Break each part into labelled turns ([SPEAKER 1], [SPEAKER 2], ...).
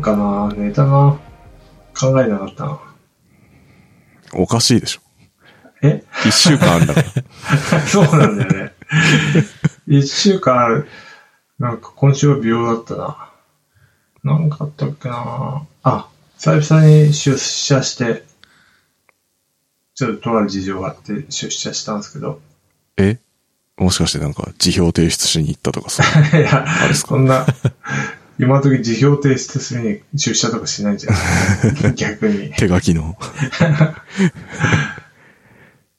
[SPEAKER 1] かなネタが考えなか ったな。
[SPEAKER 2] おかしいでしょ。
[SPEAKER 1] え
[SPEAKER 2] 一週間あるん だから。
[SPEAKER 1] そうなんだよね。一週間ある。なんか今週は美容だったな。なんかあったっけなあ、久々に出社して、ちょっととある事情があって出社したんですけど、
[SPEAKER 2] えもしかしてなんか、辞表提出しに行ったとかさ。
[SPEAKER 1] いや、
[SPEAKER 2] あれっすか
[SPEAKER 1] そんな、今の時辞表提出するに出社とかしないじゃ ん。逆に。
[SPEAKER 2] 手書きの。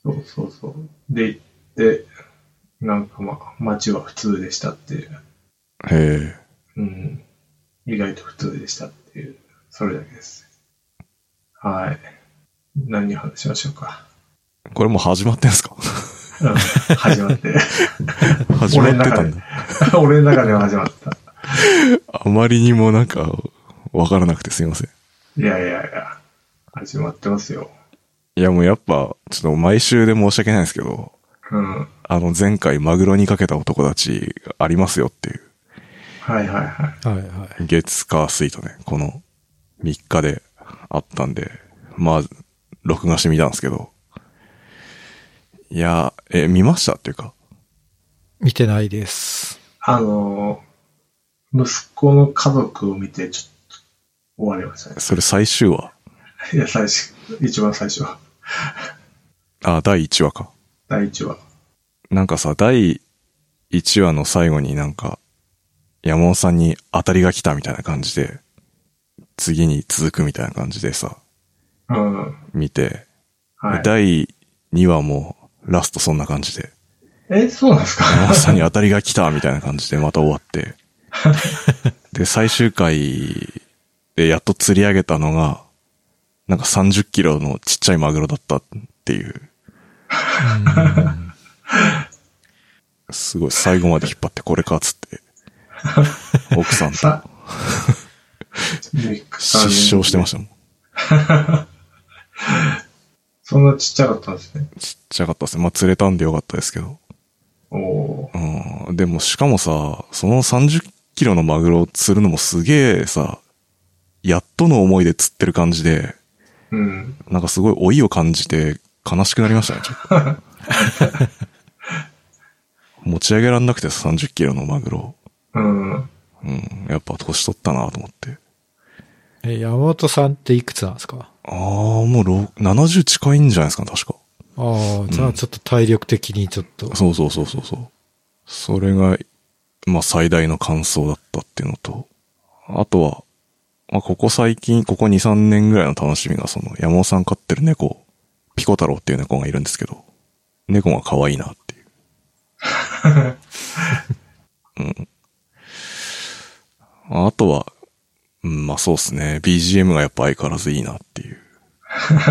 [SPEAKER 1] そうそうそう。で、行って、なんかまあ、街は普通でしたっていう。
[SPEAKER 2] へえ。
[SPEAKER 1] うん。意外と普通でしたっていう、それだけです。はい。何話しましょうか。
[SPEAKER 2] これもう始まってん すか
[SPEAKER 1] うん、始まって。
[SPEAKER 2] 始まって
[SPEAKER 1] 俺の
[SPEAKER 2] たん
[SPEAKER 1] 中で
[SPEAKER 2] だ。。
[SPEAKER 1] 俺の中では始まった。
[SPEAKER 2] あまりにもなんか、わからなくてすいません。
[SPEAKER 1] いやいやいや、始まってますよ。
[SPEAKER 2] いやもうやっぱ、ちょっと毎週で申し訳ないですけど、
[SPEAKER 1] うん。は
[SPEAKER 2] あの前回マグロにかけた男たちありますよっていう。
[SPEAKER 1] いはいはい。
[SPEAKER 3] はいはい。
[SPEAKER 2] 月火水とね、この3日であったんで、まあ、録画してみたんですけど。いや、え、見ましたっていうか。
[SPEAKER 3] 見てないです。
[SPEAKER 1] あのー、息子の家族を見て、ちょっと終わりましたね。
[SPEAKER 2] それ最終話。
[SPEAKER 1] いや、最初、一番最初は。
[SPEAKER 2] あ、第1話か。
[SPEAKER 1] 第一話。
[SPEAKER 2] なんかさ、第1話の最後になんか、山本さんに当たりが来たみたいな感じで、次に続くみたいな感じでさ、
[SPEAKER 1] うん。
[SPEAKER 2] 見て、
[SPEAKER 1] はい。
[SPEAKER 2] 第2話もラストそんな感じで、
[SPEAKER 1] え、そうなん ですか
[SPEAKER 2] 山本さんに当たりが来たみたいな感じでまた終 わって、で、最終回でやっと釣り上げたのが、なんか30キロのちっちゃいマグロだったっていう、すごい最後まで引っ張ってこれかっつって、奥さんと
[SPEAKER 1] さ、ミックさん
[SPEAKER 2] 失笑してましたもん。
[SPEAKER 1] そんなちっちゃかったんですね。
[SPEAKER 2] ちっちゃかったですね。まあ釣れたんでよかったですけど。
[SPEAKER 1] おおー。
[SPEAKER 2] うん、でもしかもさ、その30キロのマグロを釣るのもすげえさ、やっとの思いで釣ってる感じで、
[SPEAKER 1] うん。
[SPEAKER 2] なんかすごい老いを感じて悲しくなりましたね、ちょっと。持ち上げらんなくてさ、30キロのマグロ。
[SPEAKER 1] うん。
[SPEAKER 2] うん、やっぱ年取ったなと思って。
[SPEAKER 3] え、山本さんっていくつなんですか
[SPEAKER 2] ああ、もうろ70近いんじゃないですか、確か。
[SPEAKER 3] ああ、じゃあちょっと体力的にちょっと。
[SPEAKER 2] そうそうそうそうそう。それが、まあ最大の感想だったっていうのと、あとは、まあここ最近、ここ2、3年ぐらいの楽しみが、その山尾さん飼ってる猫、ピコ太郎っていう猫がいるんですけど、猫が可愛いなっていう。うん。あとは、うん、まあそうっすね。BGM がやっぱ相変わらずいいなっていう。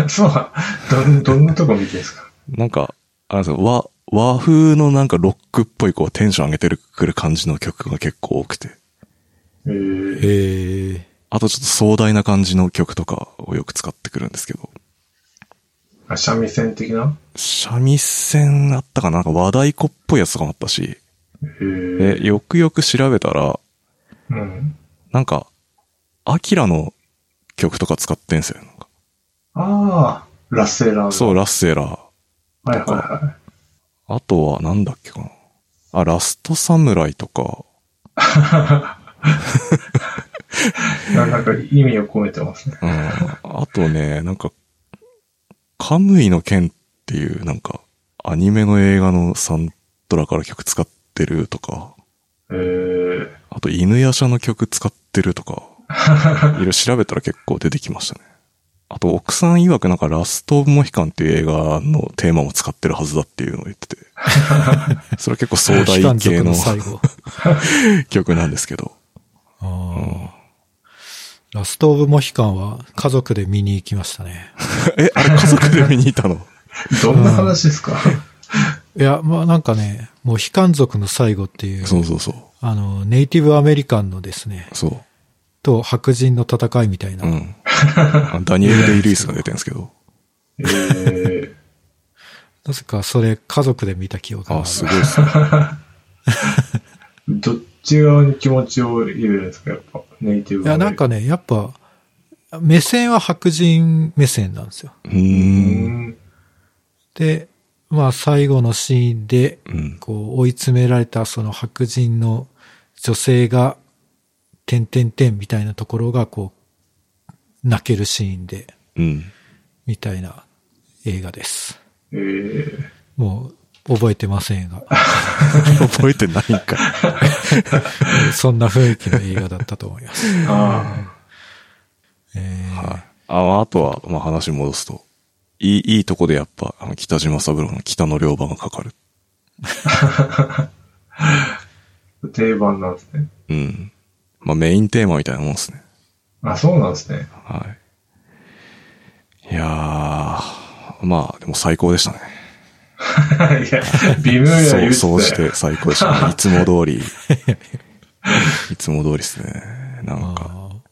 [SPEAKER 1] そうは、どん、どんなとこ見てんですか
[SPEAKER 2] なんか、あれですよ和、和風のなんかロックっぽいこうテンション上げてるくる感じの曲が結構多くて。
[SPEAKER 1] えー、
[SPEAKER 3] へえ。
[SPEAKER 2] あとちょっと壮大な感じの曲とかをよく使ってくるんですけど。
[SPEAKER 1] あ、三味線的な
[SPEAKER 2] 三味線あったかななんか和太鼓っぽいやつとかもあったし。
[SPEAKER 1] えー、
[SPEAKER 2] で、よくよく調べたら、
[SPEAKER 1] うん。
[SPEAKER 2] なんか、アキラの曲とか使ってんすよ。なんか
[SPEAKER 1] ああ、ラッセラーの
[SPEAKER 2] そう、ラッセラー。
[SPEAKER 1] はいはいは
[SPEAKER 2] あとはなんだっけかな。あ、ラストサムライとか、
[SPEAKER 1] い。なんか意味を込めてますね。
[SPEAKER 2] うんあとね、なんか、カムイの剣っていう、なんか、アニメの映画のサントラから曲使ってるとか、
[SPEAKER 1] えー、
[SPEAKER 2] あと、犬夜叉の曲使ってると か、いろいろ調べたら結構出てきましたね。あと、奥さん曰くなんか、ラスト・オブ・モヒカンっていう映画のテーマも使ってるはずだっていうのを言って て、それは結構壮
[SPEAKER 3] 悲観
[SPEAKER 2] 大系の
[SPEAKER 3] 族の最後。
[SPEAKER 2] 曲なんですけど、
[SPEAKER 3] あーラストオブモヒカンは家族で見に行きましたね。
[SPEAKER 2] え、あれ家族で見に行った の
[SPEAKER 1] どんな話です か、
[SPEAKER 3] いや、まあなんかね、もう悲観族の最後っていう、
[SPEAKER 2] そうそうそう。
[SPEAKER 3] あの、ネイティブアメリカンのですね、
[SPEAKER 2] そう。
[SPEAKER 3] と白人の戦いみたいな。
[SPEAKER 2] うん。あダニエル・デイ・ルイスが出てるんですけど。
[SPEAKER 1] えー、
[SPEAKER 3] なぜかそれ家族で見た記憶があ
[SPEAKER 2] あ、
[SPEAKER 3] る。
[SPEAKER 2] すごいっすね。
[SPEAKER 1] どっち側に気持ちを入れるんですかやっぱ。ネイティブ
[SPEAKER 3] いや、なんかね、やっぱ、目線は白人目線なんですよ。
[SPEAKER 2] う
[SPEAKER 1] う
[SPEAKER 2] ーん。
[SPEAKER 1] ん。
[SPEAKER 3] で、まあ最後のシーンで、
[SPEAKER 2] うん。
[SPEAKER 3] こう追い詰められたその白人の女性が、てんてんてんみたいなところが、こう、泣けるシーンで、
[SPEAKER 2] うん。
[SPEAKER 3] みたいな映画です。
[SPEAKER 1] えー、
[SPEAKER 3] もう、覚えてません が、
[SPEAKER 2] 覚えてないんかい。
[SPEAKER 3] そんな雰囲気の映画だったと思います。
[SPEAKER 1] あ
[SPEAKER 3] えー
[SPEAKER 2] はい。あ、まあ、あとは、まあ話戻すと、いい、いいとこでやっぱ、あの、北島三郎の北の両馬がかかる。
[SPEAKER 1] あ、定番なんですね。
[SPEAKER 2] うん。まあメインテーマみたいなもんですね。
[SPEAKER 1] あ、そうなんですね。
[SPEAKER 2] はい。いやー、まあ、でも最高でしたね。
[SPEAKER 1] いや、微妙や
[SPEAKER 2] そ
[SPEAKER 1] 言
[SPEAKER 2] う、
[SPEAKER 1] うて
[SPEAKER 2] そうして最高でしたね。いつも通り。いつも通りですね。なんか。
[SPEAKER 3] あ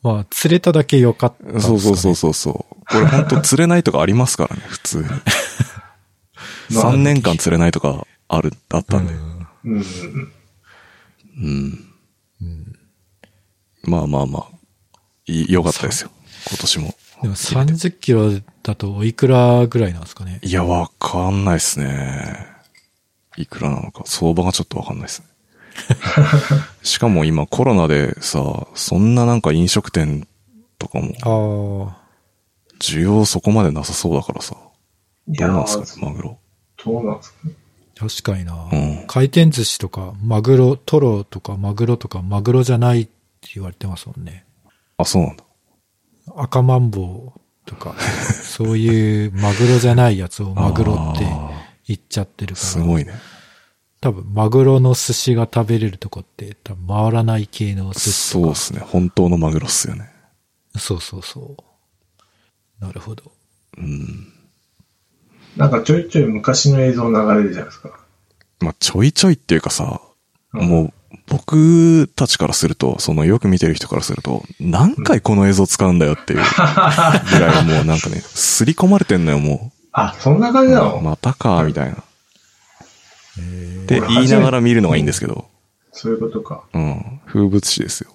[SPEAKER 3] ーまあ、釣れただけ良かったんですか
[SPEAKER 2] そ
[SPEAKER 3] ね
[SPEAKER 2] うそうそうそうそう。これ本当釣れないとかありますからね、普通 に。
[SPEAKER 1] まあ
[SPEAKER 2] 3年間釣れないとかある、あったんで。
[SPEAKER 1] うん。
[SPEAKER 2] うん。まあまあまあ、いい良かったですよ。今年も。
[SPEAKER 3] でも30キロだとおいくらぐらいなんですかね。
[SPEAKER 2] いや、わかんないっすね。いくらなのか、相場がちょっとわかんないっ すね。しかも今コロナでさ、そんななんか飲食店とかも
[SPEAKER 3] ああ。
[SPEAKER 2] 需要そこまでなさそうだからさ。
[SPEAKER 1] い
[SPEAKER 2] どう
[SPEAKER 1] や
[SPEAKER 2] なん
[SPEAKER 1] ー
[SPEAKER 2] すかね、マグロ。
[SPEAKER 1] どうなんですかね。
[SPEAKER 3] 確かにな、
[SPEAKER 2] うん
[SPEAKER 3] 回転寿司とか、マグロ、トロとかマグロとかマグロじゃないって言われてますもんね。
[SPEAKER 2] あ、そうなんだ。
[SPEAKER 3] 赤マンボウ とか、そういうマグロじゃないやつをマグロって言っちゃってるか
[SPEAKER 2] す
[SPEAKER 3] ら、
[SPEAKER 2] ごいね。
[SPEAKER 3] 多分マグロの寿司が食べれるとこって多分回らない系の寿司
[SPEAKER 2] そうっすね。本当のマグロっすよね。
[SPEAKER 3] そうそうそう。なるほど。
[SPEAKER 2] うん。
[SPEAKER 1] なんかちょいちょい昔の映像流れるじゃないですか。
[SPEAKER 2] まあ、ちょいちょいっていうかさ、
[SPEAKER 1] うん
[SPEAKER 2] もう、僕たちからすると、そのよく見てる人からすると、何回この映像使うんだよっていうぐらいもうなんかね、刷り込まれてんのよ、も
[SPEAKER 1] あ、そんな感
[SPEAKER 2] う。
[SPEAKER 1] じなの
[SPEAKER 2] またか、みたいな。
[SPEAKER 3] え
[SPEAKER 2] で、言いながら見るのがいいんですけど、
[SPEAKER 1] そういうことか。
[SPEAKER 2] うん。風物詩ですよ。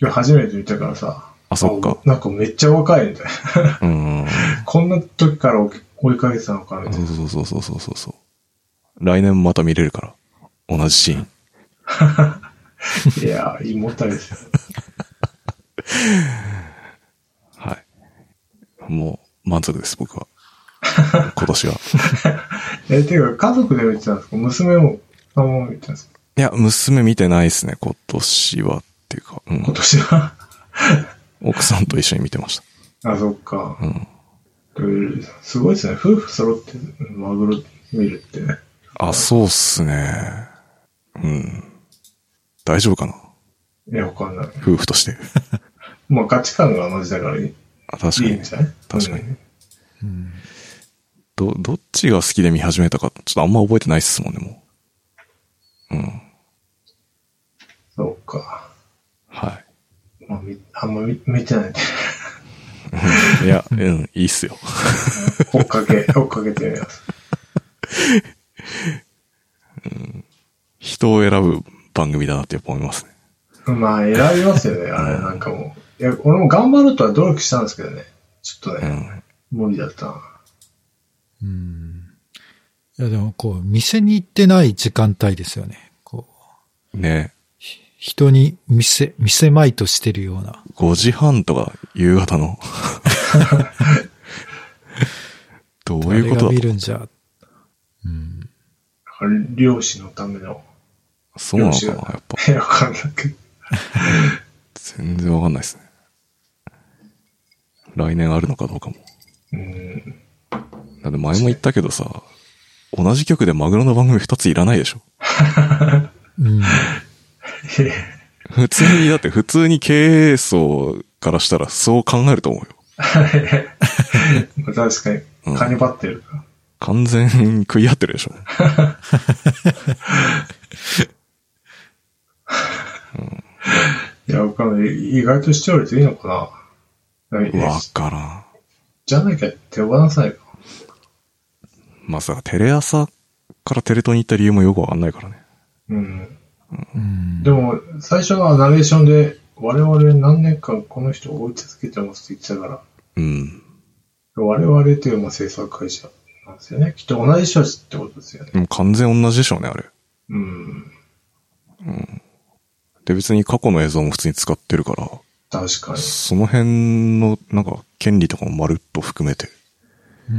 [SPEAKER 1] 今日初めて見たからさ。
[SPEAKER 2] あそっか
[SPEAKER 1] あなんかめっちゃ若いみたいな。
[SPEAKER 2] うん。
[SPEAKER 1] こんな時から追い追いかけてたのかみたいな。
[SPEAKER 2] そうそうそうそうそうそうそう。来年また見れるから。同じシーン。
[SPEAKER 1] いやー、胃もたれですよ。
[SPEAKER 2] はい。もう、満足です、僕は。 今年は。
[SPEAKER 1] え、ていうか、家族で見てたんですか娘も、あも見てたんですか
[SPEAKER 2] いや、娘見てないですね、今年はっていうか、うん
[SPEAKER 1] 今年は
[SPEAKER 2] 奥さんと一緒に見てました。
[SPEAKER 1] あ、そっか。
[SPEAKER 2] うん。
[SPEAKER 1] うんすごいですね。夫婦揃ってマグロ見るってね。
[SPEAKER 2] あ、そうっすね。うん。大丈夫かない
[SPEAKER 1] や、わかんない。
[SPEAKER 2] 夫婦 として。
[SPEAKER 1] まあ、価値観が同じだからいいい
[SPEAKER 2] あ確か
[SPEAKER 1] い
[SPEAKER 2] に
[SPEAKER 1] ん。じゃない
[SPEAKER 2] 確かに
[SPEAKER 1] うん
[SPEAKER 3] うん、
[SPEAKER 2] ど、どっちが好きで見始めたか、ちょっとあんま覚えてないっすもんね、もう。うん。
[SPEAKER 1] そうか。
[SPEAKER 2] は
[SPEAKER 1] まあ、みあんま見見て ないんで。
[SPEAKER 2] い。いや、うん、いいっすよ。
[SPEAKER 1] 追っかけ、追っかけてみます。
[SPEAKER 2] 人を選ぶ番組だなってやっぱ思いますね。
[SPEAKER 1] まあ、選びますよね。あれ、なんかもう。いや、俺も頑張るとは努力したんですけどね。ちょっと
[SPEAKER 2] う
[SPEAKER 1] ね、
[SPEAKER 2] ん。
[SPEAKER 1] 無理だったな。
[SPEAKER 3] うん。いや、でもこう、店に行ってない時間帯ですよね。こう、
[SPEAKER 2] ね
[SPEAKER 3] ひ人に見せ、見せまいとしてるような。
[SPEAKER 2] 5時半とか夕方 の。どういうこと
[SPEAKER 3] 誰が
[SPEAKER 2] だ
[SPEAKER 3] 見
[SPEAKER 2] と
[SPEAKER 3] るんじゃ。うん。
[SPEAKER 1] あれ漁師のための。
[SPEAKER 2] そうなのか
[SPEAKER 1] よ
[SPEAKER 2] な、や
[SPEAKER 1] ろし
[SPEAKER 2] っぱ。
[SPEAKER 1] いや、わかんないけど。
[SPEAKER 2] 全然わかんないですね。来年あるのかどうかも。
[SPEAKER 1] うん。
[SPEAKER 2] だって前も言ったけどさ、同じ曲でマグロの番組2ついらないでしょ。
[SPEAKER 3] うん。
[SPEAKER 1] いや
[SPEAKER 2] 普通に、だって普通に経営層からしたらそう考えると思うよ。
[SPEAKER 1] まあ確か
[SPEAKER 2] うん
[SPEAKER 1] に、カニバってるか。
[SPEAKER 2] 完全に食い合ってるでしょ。
[SPEAKER 1] いや、わかんない。意外と視聴率いいのかなだから
[SPEAKER 2] わから
[SPEAKER 1] じゃなきゃ手放さないか。
[SPEAKER 2] ん。まさかテレ朝からテレ東に行った理由もよくわかんないからね。
[SPEAKER 1] うん。
[SPEAKER 3] うん
[SPEAKER 1] でも、最初はナレーションで、我々何年間この人を追い続けてますって言ってたから、
[SPEAKER 2] うん。
[SPEAKER 1] 我々というまあ制作会社なんですよね。きっと同じ人たちってことですよね。
[SPEAKER 2] でも完全同じでしょうね、あれ。
[SPEAKER 1] うん。
[SPEAKER 2] で、別に過去の映像も普通に使ってるから、
[SPEAKER 1] 確かに。
[SPEAKER 2] その辺の、なんか、権利とかもまるっと含めて
[SPEAKER 3] うん
[SPEAKER 1] う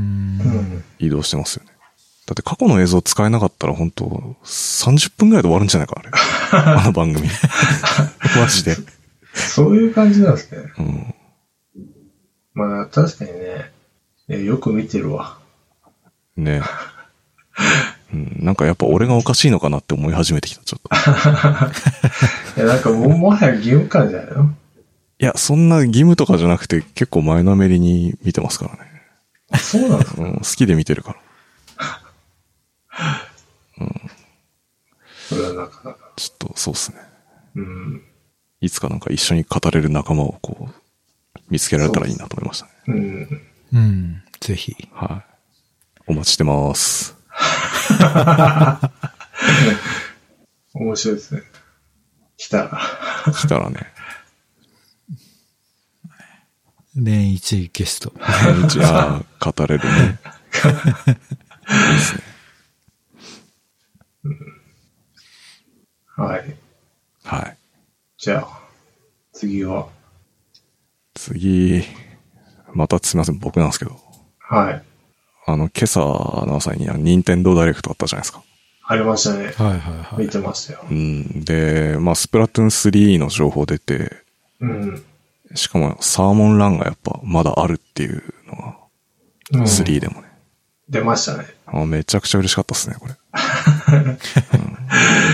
[SPEAKER 1] ん。
[SPEAKER 2] 移動してますよね。だって過去の映像使えなかったら本当30分ぐらいで終わるんじゃないか、あれ。あの番組。 マジで。
[SPEAKER 1] そういう感じなんですね。
[SPEAKER 2] うん。
[SPEAKER 1] まあ、確かにね。いやよく見てるわ。
[SPEAKER 2] ねうん、なんかやっぱ俺がおかしいのかなって思い始めてきた、ちょっと。
[SPEAKER 1] いや、なんかもう、もはや義務感じゃないの
[SPEAKER 2] いや、そんな義務とかじゃなくて結構前のめりに見てますからね。
[SPEAKER 1] あそうなんですか
[SPEAKER 2] うん、好きで見てるから。
[SPEAKER 1] それはなかなか。
[SPEAKER 2] ちょっとそうっすね。
[SPEAKER 1] うん。
[SPEAKER 2] いつかなんか一緒に語れる仲間をこう、見つけられたらいいなと思いましたね。
[SPEAKER 1] うん。
[SPEAKER 3] うん。ぜひ。
[SPEAKER 2] はい。お待ちしてます。
[SPEAKER 1] 面白いですね。来たら。
[SPEAKER 2] 来たらね。
[SPEAKER 3] 年一ゲスト。
[SPEAKER 2] 毎日、ああ、語れるね。
[SPEAKER 1] はい。
[SPEAKER 2] はい。
[SPEAKER 1] じゃあ、次は。
[SPEAKER 2] 次、またすいません、僕なんですけど。
[SPEAKER 1] はい。
[SPEAKER 2] あの、今朝の朝に、あの任天堂ダイレクトあったじゃないですか。
[SPEAKER 1] ありましたね。
[SPEAKER 3] はいはいは
[SPEAKER 1] 見
[SPEAKER 3] い。
[SPEAKER 1] てましたよ
[SPEAKER 2] う。ん。で、まあ、スプラトゥーン3の情報出て、
[SPEAKER 1] うん。
[SPEAKER 2] しかもサーモンランがやっぱまだあるっていうのが、
[SPEAKER 1] うん
[SPEAKER 2] 3でもね。
[SPEAKER 1] 出ましたね。
[SPEAKER 2] あめちゃくちゃ嬉しかったっすね、こ れ。うん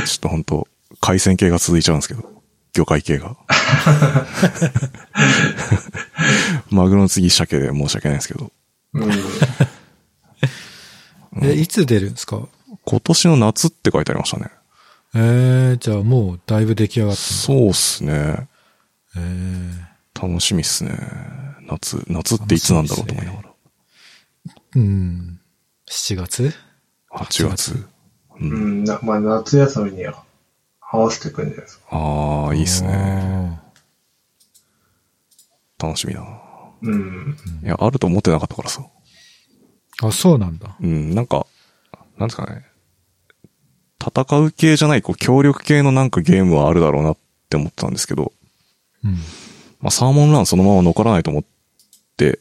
[SPEAKER 2] ちょっと本当海鮮系が続いちゃうんですけど、魚介系 が。マグロの次、鮭で申し訳ないんですけど、
[SPEAKER 1] うん。
[SPEAKER 3] え、いつ出るんですか
[SPEAKER 2] 今年の夏って書いてありましたね。
[SPEAKER 3] えー、じゃあもうだいぶ出来上がった。
[SPEAKER 2] そうっすね。
[SPEAKER 3] えー、
[SPEAKER 2] 楽しみっすね。夏、夏っていつなんだろうと思いながら。
[SPEAKER 3] うん。7月
[SPEAKER 2] 8月。う。
[SPEAKER 1] うんん。なまあ、夏休みには合わせていくんじゃないですか。
[SPEAKER 2] ああ、いいっすね。
[SPEAKER 3] あ
[SPEAKER 2] 楽しみだな。
[SPEAKER 1] うん。
[SPEAKER 2] いや、あると思ってなかったからさ。
[SPEAKER 3] ーあ、そうなんだ。
[SPEAKER 2] うん、なんか、なんですかね。戦う系じゃない、こう、協力系のなんかゲームはあるだろうなって思ってたんですけど、
[SPEAKER 3] うん。
[SPEAKER 2] まあ、サーモンランそのまま残らないと思って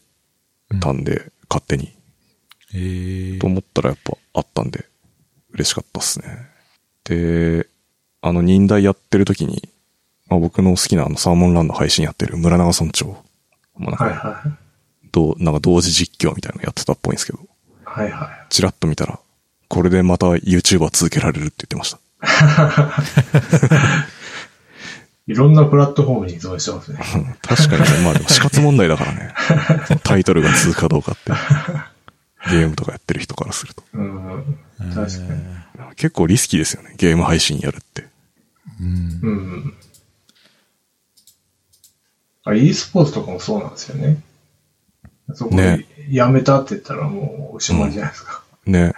[SPEAKER 2] たんで、勝手に。
[SPEAKER 3] えー
[SPEAKER 2] と思ったらやっぱあったんで、嬉しかったっすね。で、あの、忍耐やってる時に、まあ、僕の好きなあの、サーモンランの配信やってる村長村長もなん
[SPEAKER 1] はい
[SPEAKER 2] か、
[SPEAKER 1] はい。
[SPEAKER 2] どうなんか同時実況みたいなのやってたっぽいんですけど、
[SPEAKER 1] はいは
[SPEAKER 2] チラッと見たら、これでまた YouTuber 続けられるって言ってました。
[SPEAKER 1] い。いろんなプラットフォームに依存してますね。
[SPEAKER 2] うん確かにね、まあでも死活問題だからね。そのタイトルが続くかどうかって。ゲームとかやってる人からすると。
[SPEAKER 1] うん。確かに。
[SPEAKER 2] 結構リスキーですよね、ゲーム配信やるって。
[SPEAKER 3] うん。
[SPEAKER 1] うん。あ、e スポーツとかもそうなんですよね。そこで
[SPEAKER 2] ね、
[SPEAKER 1] やめたって言ったらもうおしまいじゃないですか。
[SPEAKER 2] ね。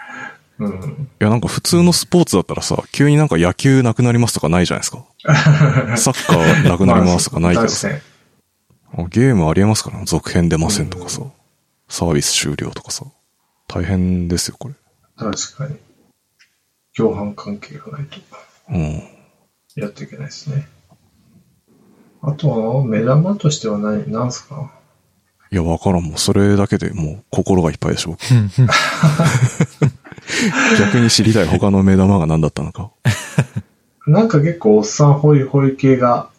[SPEAKER 1] うん。
[SPEAKER 2] いやなんか普通のスポーツだったらさ、急になんか野球なくなりますとかないじゃない ですか。サッカーなくなりますとかないけどさ。
[SPEAKER 1] まあ
[SPEAKER 2] ゲームありえますから、続編出ませんとかさ。サービス終了とかさ。大変ですよ、これ。
[SPEAKER 1] そうですね確かに。共犯関係がないと
[SPEAKER 2] うん。
[SPEAKER 1] やっていけないですね。あとは、目玉としては何、何すか
[SPEAKER 2] いや、わからん。もうそれだけでもう心がいっぱいでしょ、僕逆に知りたい他の目玉が何だったのか。
[SPEAKER 1] なんか結構おっさんホイホイ系が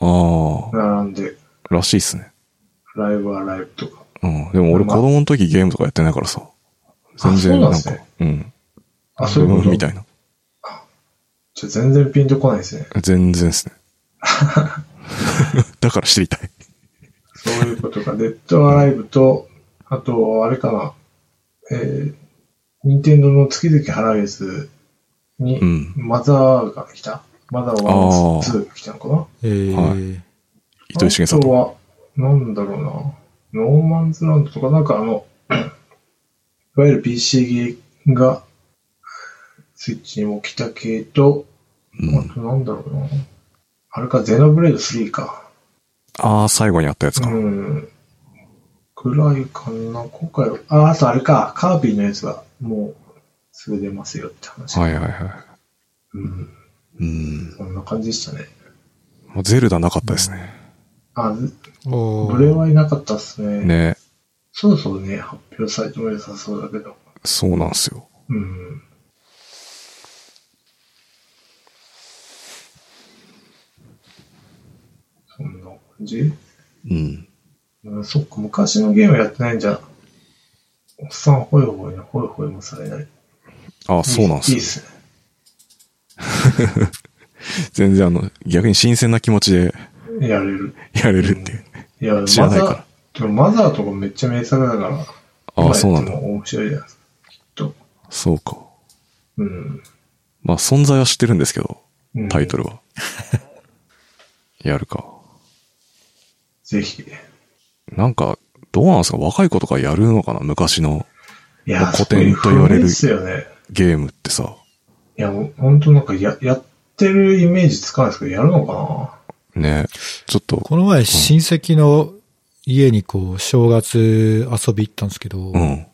[SPEAKER 2] ああ、
[SPEAKER 1] 並んで、
[SPEAKER 2] らしいっすね。
[SPEAKER 1] ライブはライブとか。
[SPEAKER 2] うん。でも俺子供の時ゲームとかやってないからさ。全然
[SPEAKER 1] あ
[SPEAKER 2] なんか、
[SPEAKER 1] そうなん
[SPEAKER 2] うん。
[SPEAKER 1] あ、そう
[SPEAKER 2] 部
[SPEAKER 1] いうこと
[SPEAKER 2] 分みたいな。
[SPEAKER 1] ちょ全然ピンとこないですね。
[SPEAKER 2] 全然っ すね。だから知りたい。
[SPEAKER 1] そういうことか。デッドアライブと、あと、あれかな。えー、任天堂の月々払うやつに、
[SPEAKER 2] うん
[SPEAKER 1] マザーが来た。マザー1、
[SPEAKER 2] あー
[SPEAKER 1] 2が来たのかな
[SPEAKER 3] えー
[SPEAKER 2] は糸井重
[SPEAKER 1] あ
[SPEAKER 2] 里。
[SPEAKER 1] とは、なんだろうな。ノーマンズランドとか、なんかあの、 いわゆる PC ゲーが、スイッチにも来た系と、
[SPEAKER 2] う
[SPEAKER 1] あ
[SPEAKER 2] ん。
[SPEAKER 1] となんだろうな。あれか、ゼノブレード3か。
[SPEAKER 2] ああ、最後にあったやつか。
[SPEAKER 1] うん。くらいかな、今回は。あ、あとあれか、カービィのやつが、もう、すぐ出ますよって話。
[SPEAKER 2] はいはいは
[SPEAKER 1] うん。
[SPEAKER 2] い。うん。
[SPEAKER 1] そんな感じでしたね。
[SPEAKER 2] まあゼルダなかったですね。
[SPEAKER 1] あ、ず
[SPEAKER 3] お
[SPEAKER 1] ブレはいなかったっすね。
[SPEAKER 2] ね。
[SPEAKER 1] そろそろね、発表されても良さそうだけど。
[SPEAKER 2] そうなんですよ。
[SPEAKER 1] うん。そんな感じ
[SPEAKER 2] うん。
[SPEAKER 1] うん、そっか、昔のゲームやってないんじゃ、おっさんホイホイのホイホイもされない。
[SPEAKER 2] ああ、そうなん
[SPEAKER 1] いい
[SPEAKER 2] で
[SPEAKER 1] っ
[SPEAKER 2] すよ。
[SPEAKER 1] すね。
[SPEAKER 2] 全然あの、逆に新鮮な気持ちで
[SPEAKER 1] やれる。
[SPEAKER 2] やれるっていう。
[SPEAKER 1] いや、マ
[SPEAKER 2] 知らないから
[SPEAKER 1] ザー、でもマザーとかめっちゃ名作だから、
[SPEAKER 2] ああ、そうなん
[SPEAKER 1] 今や
[SPEAKER 2] だ
[SPEAKER 1] っ。ても面白いじゃないですか、きっと。
[SPEAKER 2] そうか。
[SPEAKER 1] うん。
[SPEAKER 2] まあ存在は知ってるんですけど、
[SPEAKER 1] うん
[SPEAKER 2] タイトルは。やるか。
[SPEAKER 1] ぜひ。
[SPEAKER 2] なんか、どうなんですか若い子とかやるのかな昔の
[SPEAKER 1] いや、
[SPEAKER 2] 古典と言われる
[SPEAKER 1] そうですよね。
[SPEAKER 2] ゲームってさ。
[SPEAKER 1] いや、本当なんかや、やってるイメージつかないですけど、やるのか
[SPEAKER 2] ね。ちょっと、
[SPEAKER 3] この前親戚の家にこう正月遊び行ったんですけど、
[SPEAKER 2] うん。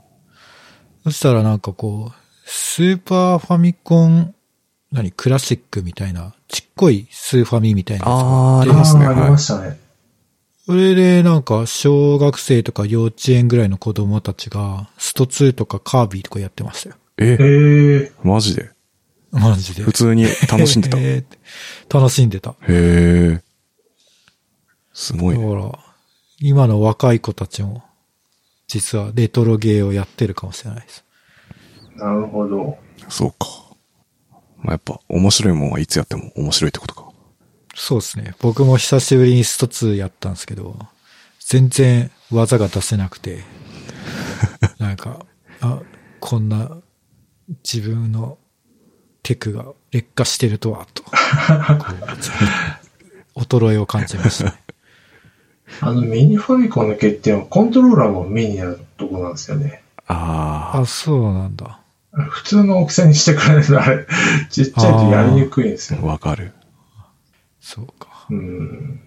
[SPEAKER 3] そしたらなんかこう、スーパーファミコン、何、クラシックみたいな、ちっこいスーファミみたいなやつが
[SPEAKER 2] あー、あ
[SPEAKER 1] な
[SPEAKER 2] りますね。
[SPEAKER 1] あーあ
[SPEAKER 2] は
[SPEAKER 1] り
[SPEAKER 2] い
[SPEAKER 1] ま。したね。
[SPEAKER 3] それでなんか小学生とか幼稚園ぐらいの子供たちが、スト2とかカービィとかやってましたよ。
[SPEAKER 2] え
[SPEAKER 1] え、ー、
[SPEAKER 2] マジで
[SPEAKER 3] マジで。
[SPEAKER 2] 普通に楽しんでた。へ
[SPEAKER 3] えー楽しんでた。
[SPEAKER 2] え。すご
[SPEAKER 3] だ
[SPEAKER 2] い
[SPEAKER 3] か
[SPEAKER 2] ね。
[SPEAKER 3] ら、今の若い子たちも、実はレトロゲーをやってるかもしれないです。
[SPEAKER 1] なるほど。
[SPEAKER 2] そうか。まあやっぱ面白いもんはいつやっても面白いってことか。
[SPEAKER 3] そうですね。僕も久しぶりにスト2やったんですけど、全然技が出せなくて、なんか、あ、こんな自分のテクが劣化してるとは、と。こう衰えを感じましたね。
[SPEAKER 1] あの、ミニファミコンの欠点は、コントローラーもミニなとこなんですよね。
[SPEAKER 2] あ
[SPEAKER 3] あ、そうなんだ。
[SPEAKER 1] 普通の大きさにしてくれないと、あれ、 ちっちゃいとやりにくいんですよ
[SPEAKER 2] あ、。わかる。
[SPEAKER 3] そうか。
[SPEAKER 1] うん。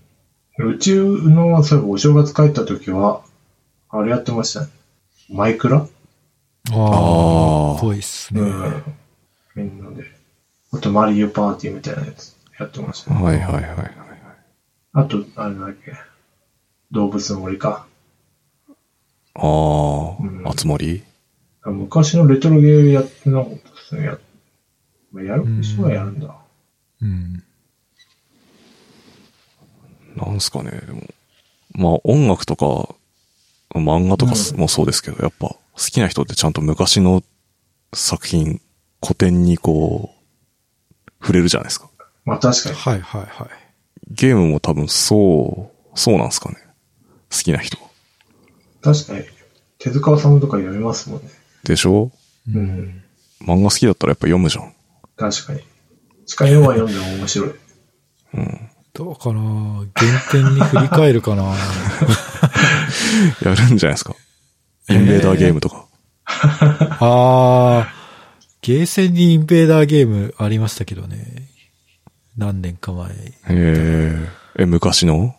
[SPEAKER 1] うちの、そういえばお正月帰った時は、あれやってましたね。マイクラ
[SPEAKER 3] あ
[SPEAKER 2] あ
[SPEAKER 3] あ。
[SPEAKER 2] ー
[SPEAKER 3] ぽいっすね。
[SPEAKER 1] うん。みんなで。あと、マリオパーティーみたいなやつやってましたね。
[SPEAKER 2] はいはいはいはい。
[SPEAKER 1] あと、あれなんだっけ。動物の森か。
[SPEAKER 2] ああ、
[SPEAKER 1] うん
[SPEAKER 2] 集まり
[SPEAKER 1] 昔のレトロゲーやってなかったですね。やまあやる人はやるんだ。
[SPEAKER 3] うん。
[SPEAKER 2] なんすかね、でも。まあ音楽とか、漫画とかす
[SPEAKER 1] うん
[SPEAKER 2] もそうですけど、やっぱ好きな人ってちゃんと昔の作品、古典にこう、触れるじゃないですか。
[SPEAKER 1] まあ確かに。
[SPEAKER 3] はいはいはい。
[SPEAKER 2] ゲームも多分そう、そうなんすかね。好きな人。
[SPEAKER 1] 確かに。手塚治虫とか読みますもんね。
[SPEAKER 2] でしょ
[SPEAKER 1] う。
[SPEAKER 3] うん
[SPEAKER 2] 漫画好きだったらやっぱ読むじゃん。
[SPEAKER 1] 確かに。近いのは読んでも面白い。
[SPEAKER 3] どうかな原点に振り返るかな
[SPEAKER 2] やるんじゃないですか。インベーダーゲームとか。
[SPEAKER 3] あー、ゲーセンにインベーダーゲームありましたけどね。何年か前。
[SPEAKER 2] へえ。え、昔の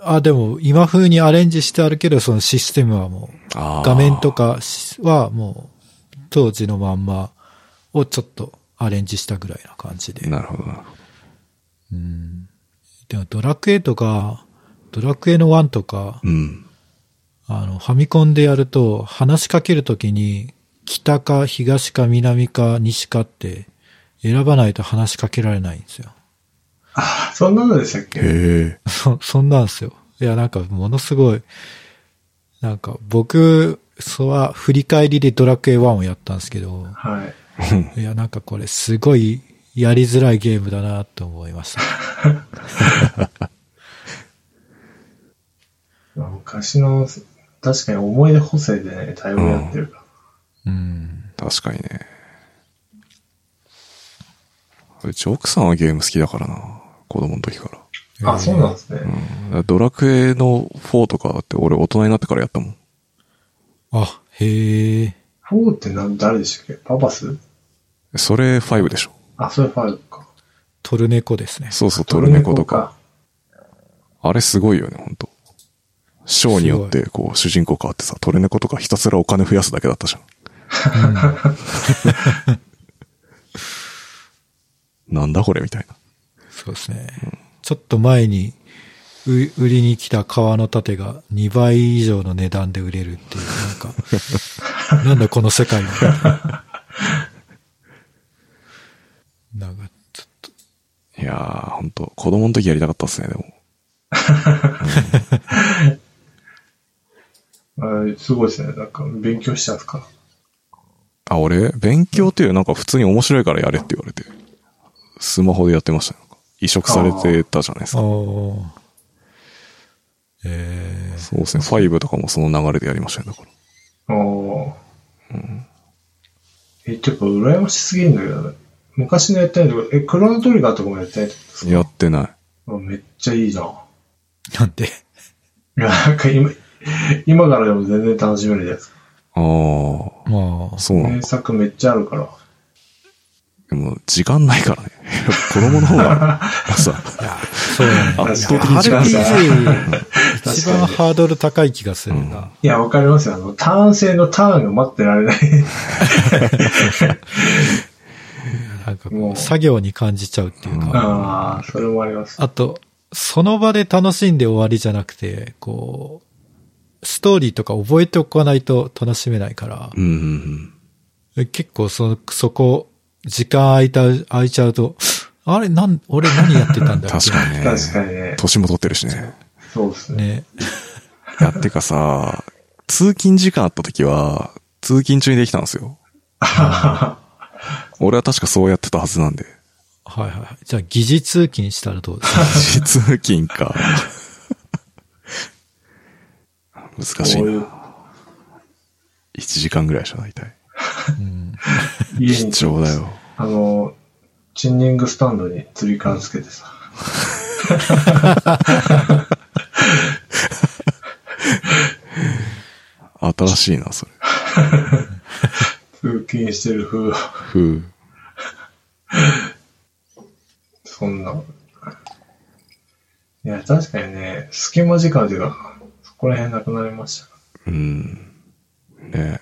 [SPEAKER 3] あ、でも今風にアレンジしてあるけど、そのシステムはもう、
[SPEAKER 2] あー
[SPEAKER 3] 画面とかしはもう、当時のまんまをちょっとアレンジしたぐらいな感じで。
[SPEAKER 2] なるほどなるほど。
[SPEAKER 3] うん。でもドラクエとか、ドラクエの1とか、
[SPEAKER 2] うん。
[SPEAKER 3] あの、ファミコンでやると、話しかけるときに、北か東か南か西かって、選ばないと話しかけられないんですよ。
[SPEAKER 1] ああ、そんなのでしたっけ
[SPEAKER 2] へえ。
[SPEAKER 3] そ、そんなんですよ。いや、なんか、ものすごい、なんか、僕、そうは、振り返りでドラクエ1をやったんですけど、
[SPEAKER 1] はい。
[SPEAKER 3] いや、なんかこれ、すごい、やりづらいゲームだなと思いました。
[SPEAKER 1] まあ昔の、確かに思い出補正でね、対応やってるか
[SPEAKER 3] うん。
[SPEAKER 2] 確かにね。うち奥さんはゲーム好きだからな。子供の時から。
[SPEAKER 1] ら。あ、そうなんですね。
[SPEAKER 2] うんドラクエの4とかって俺大人になってからやったもん。
[SPEAKER 3] あ、へえ。
[SPEAKER 1] フォーってなん誰でしたっけパパス
[SPEAKER 2] それ5でしょ。
[SPEAKER 1] あ、それファイブか。
[SPEAKER 3] トルネコですね。
[SPEAKER 2] そうそう、トルネコとか。。あれすごいよね、本当ショーによって、こう、主人公変わってさ、トレネコとかひたすらお金増やすだけだったじゃん。 なんだこれみたいな。
[SPEAKER 3] そうですね。ちょっと前に、う売りに来た革の盾が2倍以上の値段で売れるっていう、なん か、なんだこの世界は。なんか、ちょっと、
[SPEAKER 2] いやー、ほんと、子供の時やりたかったっすね、でも。
[SPEAKER 1] あすごいですね。なんか、勉強したんですか
[SPEAKER 2] あ、俺、勉強っていうなんか普通に面白いからやれって言われて、スマホでやってましたね。なんか移植されてたじゃないですか。
[SPEAKER 3] おーえ
[SPEAKER 2] そうですね。5とかもその流れでやりましたね、だから。
[SPEAKER 1] おお、え、ちょっと羨ましすぎるんだけど、昔のやってないとこ、え、クロノトリガーとかもやってないってことですか
[SPEAKER 2] やってない。
[SPEAKER 1] あめっちゃいいじゃん。
[SPEAKER 3] ー、なんで、
[SPEAKER 1] いや、なんか今、今からでも全然楽しめるじゃないですか。
[SPEAKER 2] ああ、
[SPEAKER 3] まあ、
[SPEAKER 2] そうなん
[SPEAKER 1] 名
[SPEAKER 2] だ。
[SPEAKER 1] 作めっちゃあるから。
[SPEAKER 2] でも、時間ないからね。 やっぱ子供の方が、 さ、
[SPEAKER 3] いや、そうなんだ。
[SPEAKER 2] 圧倒的に時間差。
[SPEAKER 3] RPG、一
[SPEAKER 1] 確か
[SPEAKER 3] 番
[SPEAKER 1] に
[SPEAKER 3] ハードル高い気がするな。
[SPEAKER 1] いや、わかりますよ。あの、ターン制のターンが待ってられない。
[SPEAKER 3] なんか
[SPEAKER 1] も
[SPEAKER 3] こ
[SPEAKER 1] う
[SPEAKER 3] う、作業に感じちゃうっていうか。
[SPEAKER 1] ああ、それもあります。
[SPEAKER 3] あと、その場で楽しんで終わりじゃなくて、こう、ストーリーとか覚えておかないと楽しめないから、
[SPEAKER 2] うんうんうん。
[SPEAKER 3] 結構そ、そこ、時間空いた、空いちゃうと、あれ、なん、俺何やってたんだっ
[SPEAKER 2] 確かにね。
[SPEAKER 1] 確かにね
[SPEAKER 2] 年も取ってるしね。
[SPEAKER 1] そうです
[SPEAKER 3] け
[SPEAKER 1] ね。
[SPEAKER 3] ね。
[SPEAKER 2] いや、てかさ、通勤時間あった時は、通勤中にできたんで すよ。俺は確かそうやってたはずなんで。
[SPEAKER 3] はいはいはい。じゃあ、疑似通勤した らどうですか
[SPEAKER 2] 通勤か。難しい
[SPEAKER 1] こういう
[SPEAKER 2] な。1時間ぐらいでしょ、大体。
[SPEAKER 3] うん。
[SPEAKER 1] 家
[SPEAKER 2] 貴
[SPEAKER 1] に、
[SPEAKER 2] 重だよ。
[SPEAKER 1] あの、チンニングスタンドに釣り缶つけてさ。
[SPEAKER 2] 新しいな、それ。
[SPEAKER 1] 通勤してる風、
[SPEAKER 2] ふう。
[SPEAKER 1] そんな。いや、確かにね、隙間時間というか、そこら辺なくなりました。
[SPEAKER 2] うん。ね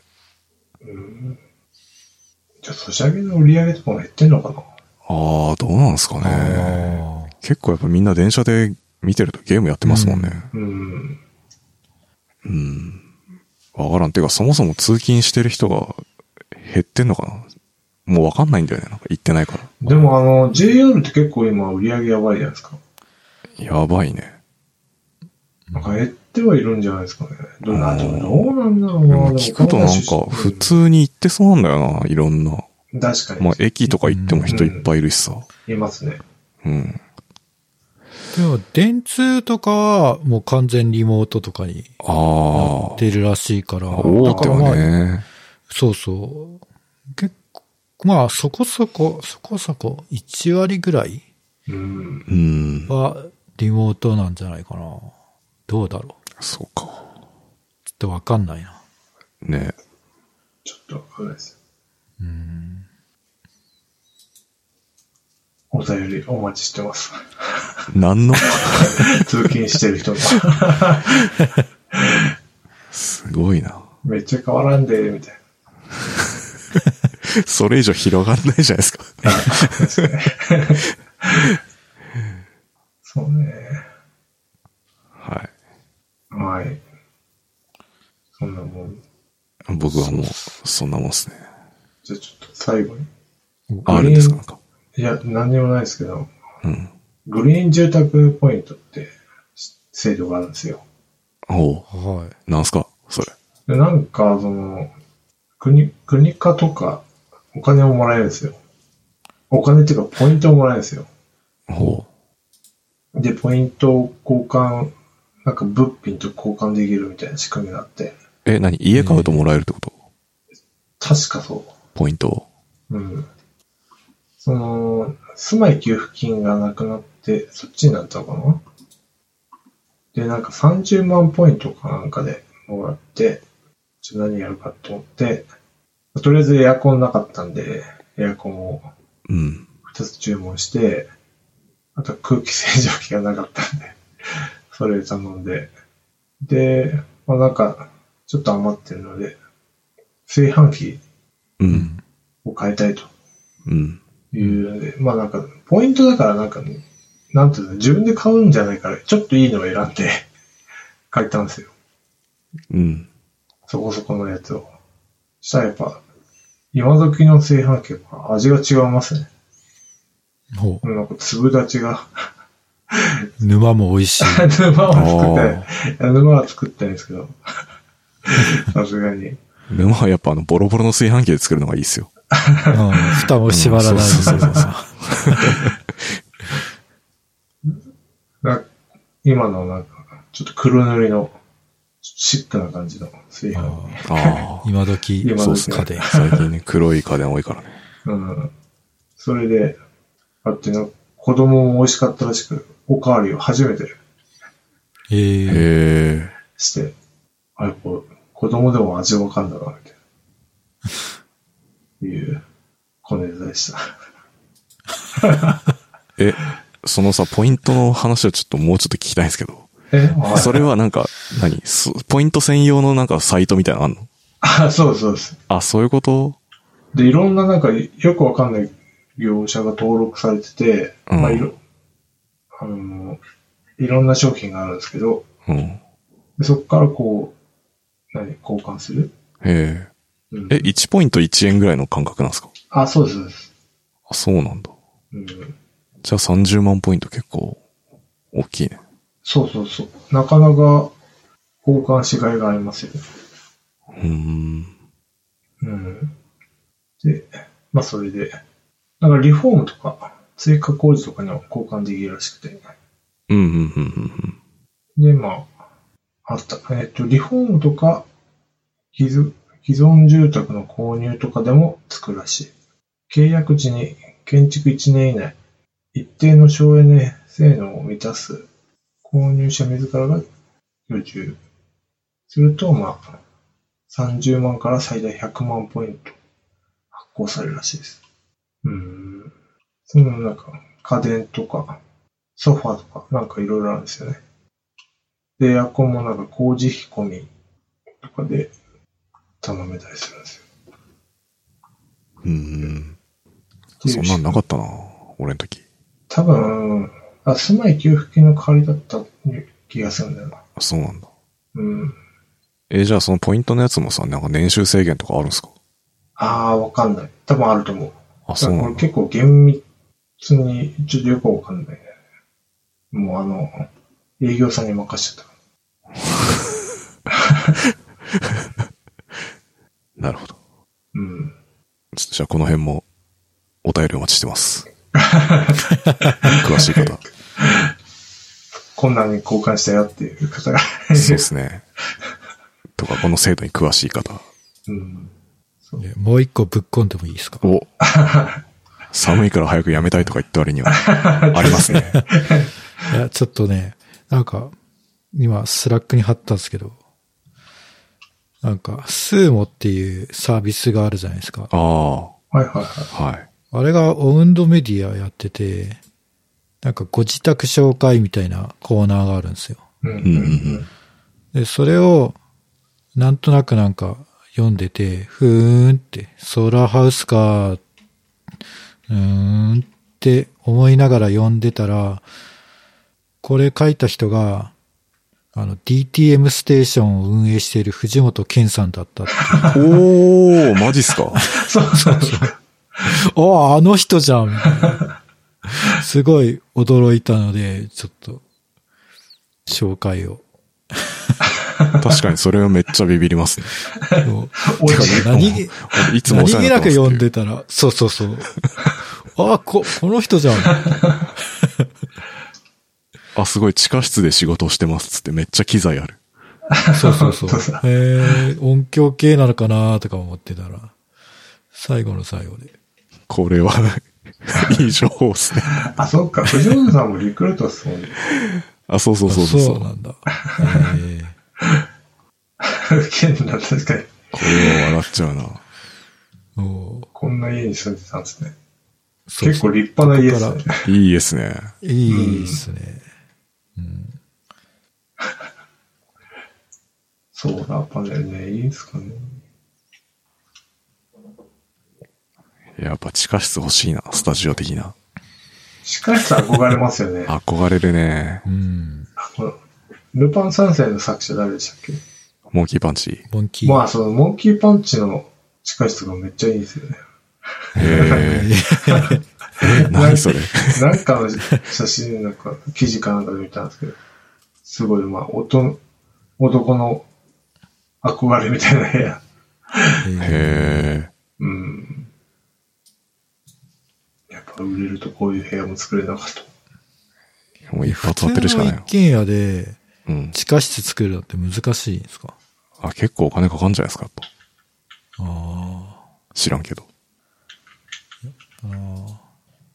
[SPEAKER 1] じゃあ、ソシャゲの売り上げとかも減ってんのかな
[SPEAKER 2] ああ、どうなんすかね。
[SPEAKER 3] あ
[SPEAKER 2] 結構やっぱみんな電車で見てるとゲームやってますもんね。
[SPEAKER 1] うん。
[SPEAKER 2] うん。わからん。てか、そもそも通勤してる人が減ってんのかなもうわかんないんだよね。なんか行ってないから。
[SPEAKER 1] でも、あの、JR って結構今売り上げやばいじゃないですか。
[SPEAKER 2] やばいね。
[SPEAKER 1] なんか減ってはいるんじゃないですかね。どう
[SPEAKER 2] あ
[SPEAKER 1] な
[SPEAKER 2] ー
[SPEAKER 1] でもどうなんだろう
[SPEAKER 2] で
[SPEAKER 1] な。
[SPEAKER 2] も聞くとなんか、普通に行ってそうなんだよな。いろんな。
[SPEAKER 1] うん。確かに。
[SPEAKER 2] まあ、駅とか行っても人いっぱいいるしさ。
[SPEAKER 1] いますね。
[SPEAKER 2] うん。
[SPEAKER 3] ーでも、電通とかは、もう完全リモートとかに
[SPEAKER 2] ああ。
[SPEAKER 3] 出るらしいから。
[SPEAKER 2] 大手
[SPEAKER 3] だ
[SPEAKER 2] は
[SPEAKER 3] からまあ
[SPEAKER 2] ね。
[SPEAKER 3] そうそう。結構、まあそこそこ、そこそこ、1割ぐらい
[SPEAKER 1] うん。
[SPEAKER 2] うん。
[SPEAKER 3] はリモートなんじゃないかな。どうだろう。
[SPEAKER 2] そうか。
[SPEAKER 3] ちょっとわかんないな。
[SPEAKER 2] ね
[SPEAKER 1] ちょっとわかんないです。
[SPEAKER 3] うん。
[SPEAKER 1] お便りお待ちしてます。
[SPEAKER 2] 何の
[SPEAKER 1] 通勤してる人が。
[SPEAKER 2] すごいな。
[SPEAKER 1] めっちゃ変わらんで、みたいな。
[SPEAKER 2] それ以上広がんないじゃないですか。
[SPEAKER 1] そうね。
[SPEAKER 2] はい。
[SPEAKER 1] はい。そんなもん。
[SPEAKER 2] 僕はもう、そんなもんっすね。
[SPEAKER 1] じゃあちょっと最後に。
[SPEAKER 2] ああるんですかなんか。
[SPEAKER 1] いや、何にもないですけど、
[SPEAKER 2] うん。
[SPEAKER 1] グリーン住宅ポイントって制度があるんですよ。
[SPEAKER 2] おう。
[SPEAKER 3] はい。
[SPEAKER 2] なんすかそれ。
[SPEAKER 1] で、なんか、その、国、国かとか、お金をもらえるんですよ。お金っていうか、ポイントをもらえるんですよ。
[SPEAKER 2] おう。
[SPEAKER 1] で、ポイントを交換、なんか物品と交換できるみたいな仕組みがあって、
[SPEAKER 2] え、何家買うともらえるってこと
[SPEAKER 1] 確かそ
[SPEAKER 2] ポイントを。
[SPEAKER 1] う。うん。その、住まい給付金がなくなって、そっちになったのかなで、なんか30万ポイントかなんかでもらって、ちょっと何やるかと思って、とりあえずエアコンなかったんで、エアコンを
[SPEAKER 2] うん。
[SPEAKER 1] 2つ注文して、あと空気清浄機がなかったんで、 それ頼んで、で、まあなんか、ちょっと余ってるので、炊飯器
[SPEAKER 2] うん。
[SPEAKER 1] を買いたいと
[SPEAKER 2] うん。
[SPEAKER 1] いうので、まあなんか、ポイントだからなんかね、なんていうの、自分で買うんじゃないから、ちょっといいのを選んで 買ったんですよ。
[SPEAKER 2] うん。
[SPEAKER 1] そこそこのやつを。したらやっぱ、今時の炊飯器は味が違いますね。
[SPEAKER 3] ほ
[SPEAKER 1] なんか粒立ちが。
[SPEAKER 3] う。沼も美味しい。
[SPEAKER 1] 沼
[SPEAKER 2] あ
[SPEAKER 1] を作って
[SPEAKER 2] あ。
[SPEAKER 1] いや、沼は作ってないんですけど。さすがに。
[SPEAKER 2] 沼はやっぱあの、ボロボロの炊飯器で作るのがいいですよ。
[SPEAKER 3] うん。蓋も閉まらない。
[SPEAKER 2] そうそうそうそう
[SPEAKER 1] な今のなんか、ちょっと黒塗りの、シックな感じの炊飯器。
[SPEAKER 3] あ
[SPEAKER 2] あ
[SPEAKER 3] ー今時、
[SPEAKER 1] 今時
[SPEAKER 3] そうっすね家電
[SPEAKER 2] あ。。最近ね、黒い家電多いからね。
[SPEAKER 1] うん。それで、あってなんか子供も美味しかったらしく、おかわりを初めて
[SPEAKER 3] ええ
[SPEAKER 2] へえ。
[SPEAKER 1] して、あ、やっぱ子供でも味わかんだな、みたいな。いう、小ネタでした。
[SPEAKER 2] え、そのさ、ポイントの話をちょっともうちょっと聞きたいんですけど。
[SPEAKER 1] え
[SPEAKER 2] それはなんか、何そポイント専用のなんかサイトみたいなのあんの
[SPEAKER 1] あ、そうそうです。
[SPEAKER 2] あ、そういうこと
[SPEAKER 1] で、いろんななんか、よくわかんない業者が登録されてて、
[SPEAKER 2] うん
[SPEAKER 1] まあ、いろ、あの、いろんな商品があるんですけど、
[SPEAKER 2] うん。へ
[SPEAKER 1] でそこからこう、何、交換する、
[SPEAKER 2] え。
[SPEAKER 1] うん
[SPEAKER 2] え、1ポイント1円ぐらいの感覚なんですか
[SPEAKER 1] あ、そうです、そうです。
[SPEAKER 2] あ、そうなんだ。
[SPEAKER 1] うん。
[SPEAKER 2] じゃあ30万ポイント結構大きいね。
[SPEAKER 1] そうそうそう。なかなか交換しがいがありますよね。
[SPEAKER 2] うーん。
[SPEAKER 1] うん。で、まあそれで、なんかリフォームとか、追加工事とかには交換できるらしくて。
[SPEAKER 2] うん、うん、うん、うん
[SPEAKER 1] で、まあ、あった。えっと、リフォームとか、既存既存住宅の購入とかでもつくらしい。契約時に建築1年以内、一定の省エネ性能を満たす購入者自らが居住。すると、まあ、30万から最大100万ポイント発行されるらしいです。うーん。そのなんか、家電とか、ソファーとか、なんかいろいろあるんですよね。で、エアコンもなんか工事費込みとかで頼めたりするんですよ。
[SPEAKER 2] うん。うーん。
[SPEAKER 1] ってい
[SPEAKER 2] そ
[SPEAKER 1] うん
[SPEAKER 2] なんなかったな。俺の時。
[SPEAKER 1] 多分、あ、住まい給付金の代わりだった気がするんだよな。
[SPEAKER 2] あそうなんだ。
[SPEAKER 1] うん。
[SPEAKER 2] え、じゃあそのポイントのやつもさ、なんか年収制限とかあるんですか
[SPEAKER 1] ああ、わかんない。多分あると思う。
[SPEAKER 2] あ、そう
[SPEAKER 1] だか
[SPEAKER 2] な
[SPEAKER 1] ら
[SPEAKER 2] ん
[SPEAKER 1] これ
[SPEAKER 2] だ。
[SPEAKER 1] 結構厳密に、ちょっとよくわかんないね。もうあの、営業さんに任しちゃった。
[SPEAKER 2] なるほど。
[SPEAKER 1] うん。
[SPEAKER 2] ちょっとじゃあこの辺もお便りお待ちして ます。詳しい方。
[SPEAKER 1] こんなに交換したよっていう方が。
[SPEAKER 2] そうです ね。とか、この制度に詳しい方。
[SPEAKER 1] うん。
[SPEAKER 3] えもう一個ぶっこんでもいいですか
[SPEAKER 2] お寒いから早くやめたいとか言った割に は、ありますね。
[SPEAKER 3] いや、ちょっとね、なんか、今、スラックに貼ったんですけど、なんか、スーモっていうサービスがあるじゃないですか。
[SPEAKER 2] あ
[SPEAKER 1] はいはいはい。
[SPEAKER 2] あ、はい。
[SPEAKER 3] あれがオウンドメディアやってて、なんかご自宅紹介みたいなコーナーがあるんですよ。
[SPEAKER 1] うん
[SPEAKER 2] うんうん
[SPEAKER 3] で、それを、なんとなくなんか読んでて、ふーんって、ソーラーハウスか、うーんって思いながら読んでたら、これ書いた人が、あの、DTM ステーションを運営している藤本健さんだったっていう。
[SPEAKER 2] おー、マジっすか。
[SPEAKER 1] そうそうそう。
[SPEAKER 3] ああ、あの人じゃんみたいな。すごい驚いたので、ちょっと、紹 介を。
[SPEAKER 2] 確かにそれはめっちゃビビりますね。
[SPEAKER 3] もう
[SPEAKER 1] おじ
[SPEAKER 3] てか何気、
[SPEAKER 2] 俺いつもお
[SPEAKER 3] 何
[SPEAKER 2] 世話
[SPEAKER 3] 気
[SPEAKER 2] にな
[SPEAKER 3] な
[SPEAKER 2] ってます
[SPEAKER 3] く読
[SPEAKER 2] って
[SPEAKER 3] ん
[SPEAKER 2] い
[SPEAKER 3] で
[SPEAKER 2] う
[SPEAKER 3] たら、そうそうそう。ああ、こ、この人じゃん。
[SPEAKER 2] あ、すごい、地下室で仕事をしてますっつってめっちゃ機材ある。
[SPEAKER 3] そうそ うそう
[SPEAKER 1] そうだ。
[SPEAKER 3] えー、音響系なのかなとか思ってたら、最後の最後で。
[SPEAKER 2] これ は、いい情報っすね。
[SPEAKER 1] あ、そっか。藤本さんもリクルートっすもんね。
[SPEAKER 2] あ、そうそうそうそう
[SPEAKER 3] あ
[SPEAKER 2] そ。
[SPEAKER 3] そううなんだ。えー
[SPEAKER 1] けんな、確かに。
[SPEAKER 2] これは笑っちゃうな。
[SPEAKER 3] も
[SPEAKER 1] こんな家に住んでたんですね。
[SPEAKER 3] うそう
[SPEAKER 1] 結
[SPEAKER 3] そ
[SPEAKER 1] 構
[SPEAKER 3] う
[SPEAKER 1] 立派な家ですね。
[SPEAKER 2] いいですね。
[SPEAKER 3] いいですね。
[SPEAKER 1] ソーラーパネルね、いいんすかね。
[SPEAKER 2] やっぱ地下室欲しいな、スタジオ的な。
[SPEAKER 1] しっかりした憧れますよね。
[SPEAKER 2] 憧れるね。
[SPEAKER 3] うん。
[SPEAKER 1] このルパン三世の作者誰でしたっけ
[SPEAKER 2] モンキーパンチ。
[SPEAKER 3] モンキー。
[SPEAKER 1] まあ、その、モンキーパンチの地下室がめっちゃいいですよね。
[SPEAKER 2] へえ。何それ。
[SPEAKER 1] なんかの写真、なんか、記事かなんかで見たんですけど、すごい、まあ、男、男の憧れみたいな部屋。
[SPEAKER 3] え
[SPEAKER 2] へえ。
[SPEAKER 1] うん。やっぱ売れるとこういう部屋も作れなかった。
[SPEAKER 2] もう
[SPEAKER 3] ー
[SPEAKER 2] 一発当てるしかない
[SPEAKER 3] 普通の
[SPEAKER 2] よ
[SPEAKER 3] 一。軒家で
[SPEAKER 2] うん。
[SPEAKER 3] 地下室作るのって難しいんですか
[SPEAKER 2] あ、結構お金かかんじゃないですか、やっぱ
[SPEAKER 3] あ
[SPEAKER 2] 知らんけど。
[SPEAKER 3] ーあー。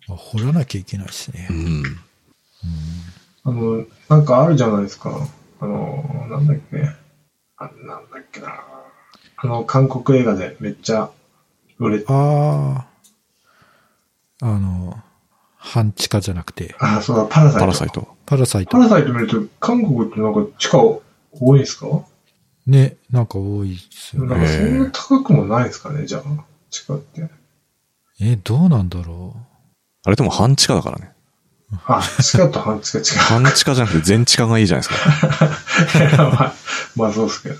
[SPEAKER 3] まあ掘らなきゃいけないしね
[SPEAKER 2] う。ん。
[SPEAKER 1] あの、なんかあるじゃないですか。あの、なんだっけ。あなんだっけな。あの、韓国映画でめっちゃ売れて、
[SPEAKER 3] ああ。あの、半地下じゃなくて、
[SPEAKER 1] あ、そうだ、パラサイト。
[SPEAKER 2] パラサイト。
[SPEAKER 3] パ
[SPEAKER 1] パラ
[SPEAKER 3] ラサイト。
[SPEAKER 1] サイト見ると、韓国ってなんか地下多いんですか
[SPEAKER 3] ね、なんか多いですよ
[SPEAKER 1] なん
[SPEAKER 3] ね。
[SPEAKER 1] かそんな高くもないですかね、じゃあ、地下って。
[SPEAKER 3] え、どうなんだろ
[SPEAKER 2] あれでも半地下だからね。
[SPEAKER 1] あ、地下と半地下 違う。
[SPEAKER 2] 半地下じゃなくて全地下がいいじゃないですか。
[SPEAKER 1] まあ、まあそうっすけど。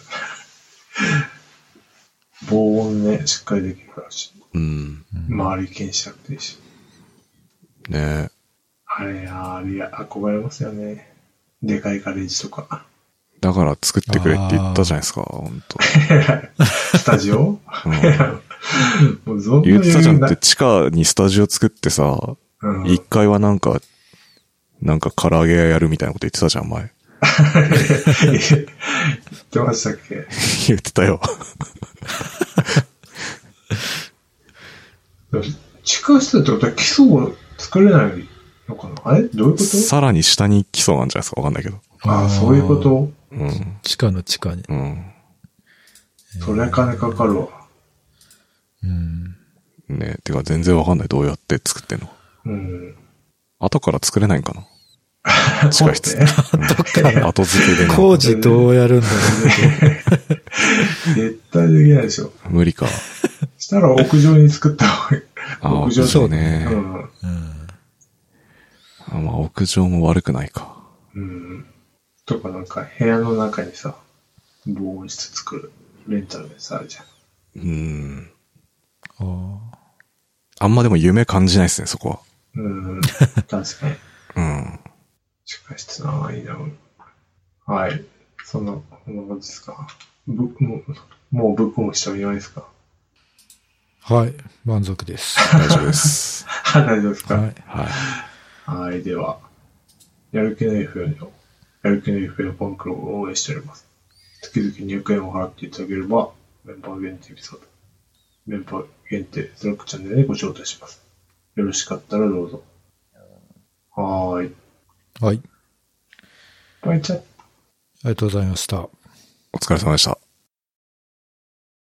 [SPEAKER 1] 防音ね、しっかりできるからし、
[SPEAKER 2] うん。
[SPEAKER 3] う。うん
[SPEAKER 1] 周り気にしなくていいし。
[SPEAKER 2] ねえ。
[SPEAKER 1] あれや、あれや、憧れますよね。でかいガレージとか。
[SPEAKER 2] だから作ってくれって言ったじゃないですか、本当。
[SPEAKER 1] スタジオ
[SPEAKER 2] うん
[SPEAKER 1] もう存
[SPEAKER 2] 言ってたじゃんって、
[SPEAKER 1] ない。
[SPEAKER 2] 地下にスタジオ作ってさ、
[SPEAKER 1] うん、
[SPEAKER 2] 一階はなんか、なんか唐揚げ屋やるみたいなこと言ってたじゃん、前。
[SPEAKER 1] 言ってましたっけ
[SPEAKER 2] 言ってたよ。
[SPEAKER 1] 地下室ってことは基礎を作れないのかなあれどういうこと
[SPEAKER 2] さらに下に基礎なんじゃないですか、わかんないけど。
[SPEAKER 1] ああ、そういうこと
[SPEAKER 2] うん。
[SPEAKER 3] 地下の地下に。
[SPEAKER 2] うん。
[SPEAKER 1] それは金かかるわ。
[SPEAKER 3] うん。
[SPEAKER 2] ねえ、てか全然わかんない。どうやって作ってんの
[SPEAKER 1] うん。
[SPEAKER 2] 後から作れないんか な地下室。
[SPEAKER 1] そうね
[SPEAKER 2] うん後付けでなんか
[SPEAKER 3] 工事どうやるんだろ
[SPEAKER 1] 絶対できないでしょ。
[SPEAKER 2] 無理か。
[SPEAKER 1] したら屋上に作った方がいい。
[SPEAKER 2] あ
[SPEAKER 1] 屋上
[SPEAKER 2] 屋上ね
[SPEAKER 1] うん。
[SPEAKER 3] う。うん。
[SPEAKER 2] あまあ、屋上も悪くないか。
[SPEAKER 1] うん。とかなんか部屋の中にさ、防音室作る。レンタルでさ、あるじゃん。
[SPEAKER 2] うん。
[SPEAKER 3] ああ。
[SPEAKER 2] あんまでも夢感じないですね、そこは。
[SPEAKER 1] うん。確かに。
[SPEAKER 2] うん。
[SPEAKER 1] 地下室な、いいな。はい。そんな、こんな感じですか。ぶもう、もうぶっ込む人はいないですか
[SPEAKER 3] はい。満足です。
[SPEAKER 2] 大丈 夫です。
[SPEAKER 1] 大丈夫ですか
[SPEAKER 3] は。
[SPEAKER 1] はい
[SPEAKER 2] はい。
[SPEAKER 1] い。では、やる気ない FM の、やる気ない FM のファンクラブを応援しております。月々200円を払っていただければ、メンバー限定エピソード、メンバー限定スラックチャンネルにご招待します。よろしかったらどうぞ。はーい。
[SPEAKER 3] はい。
[SPEAKER 1] バイチャッ
[SPEAKER 3] ありがとうございました。
[SPEAKER 2] お疲れ様でした。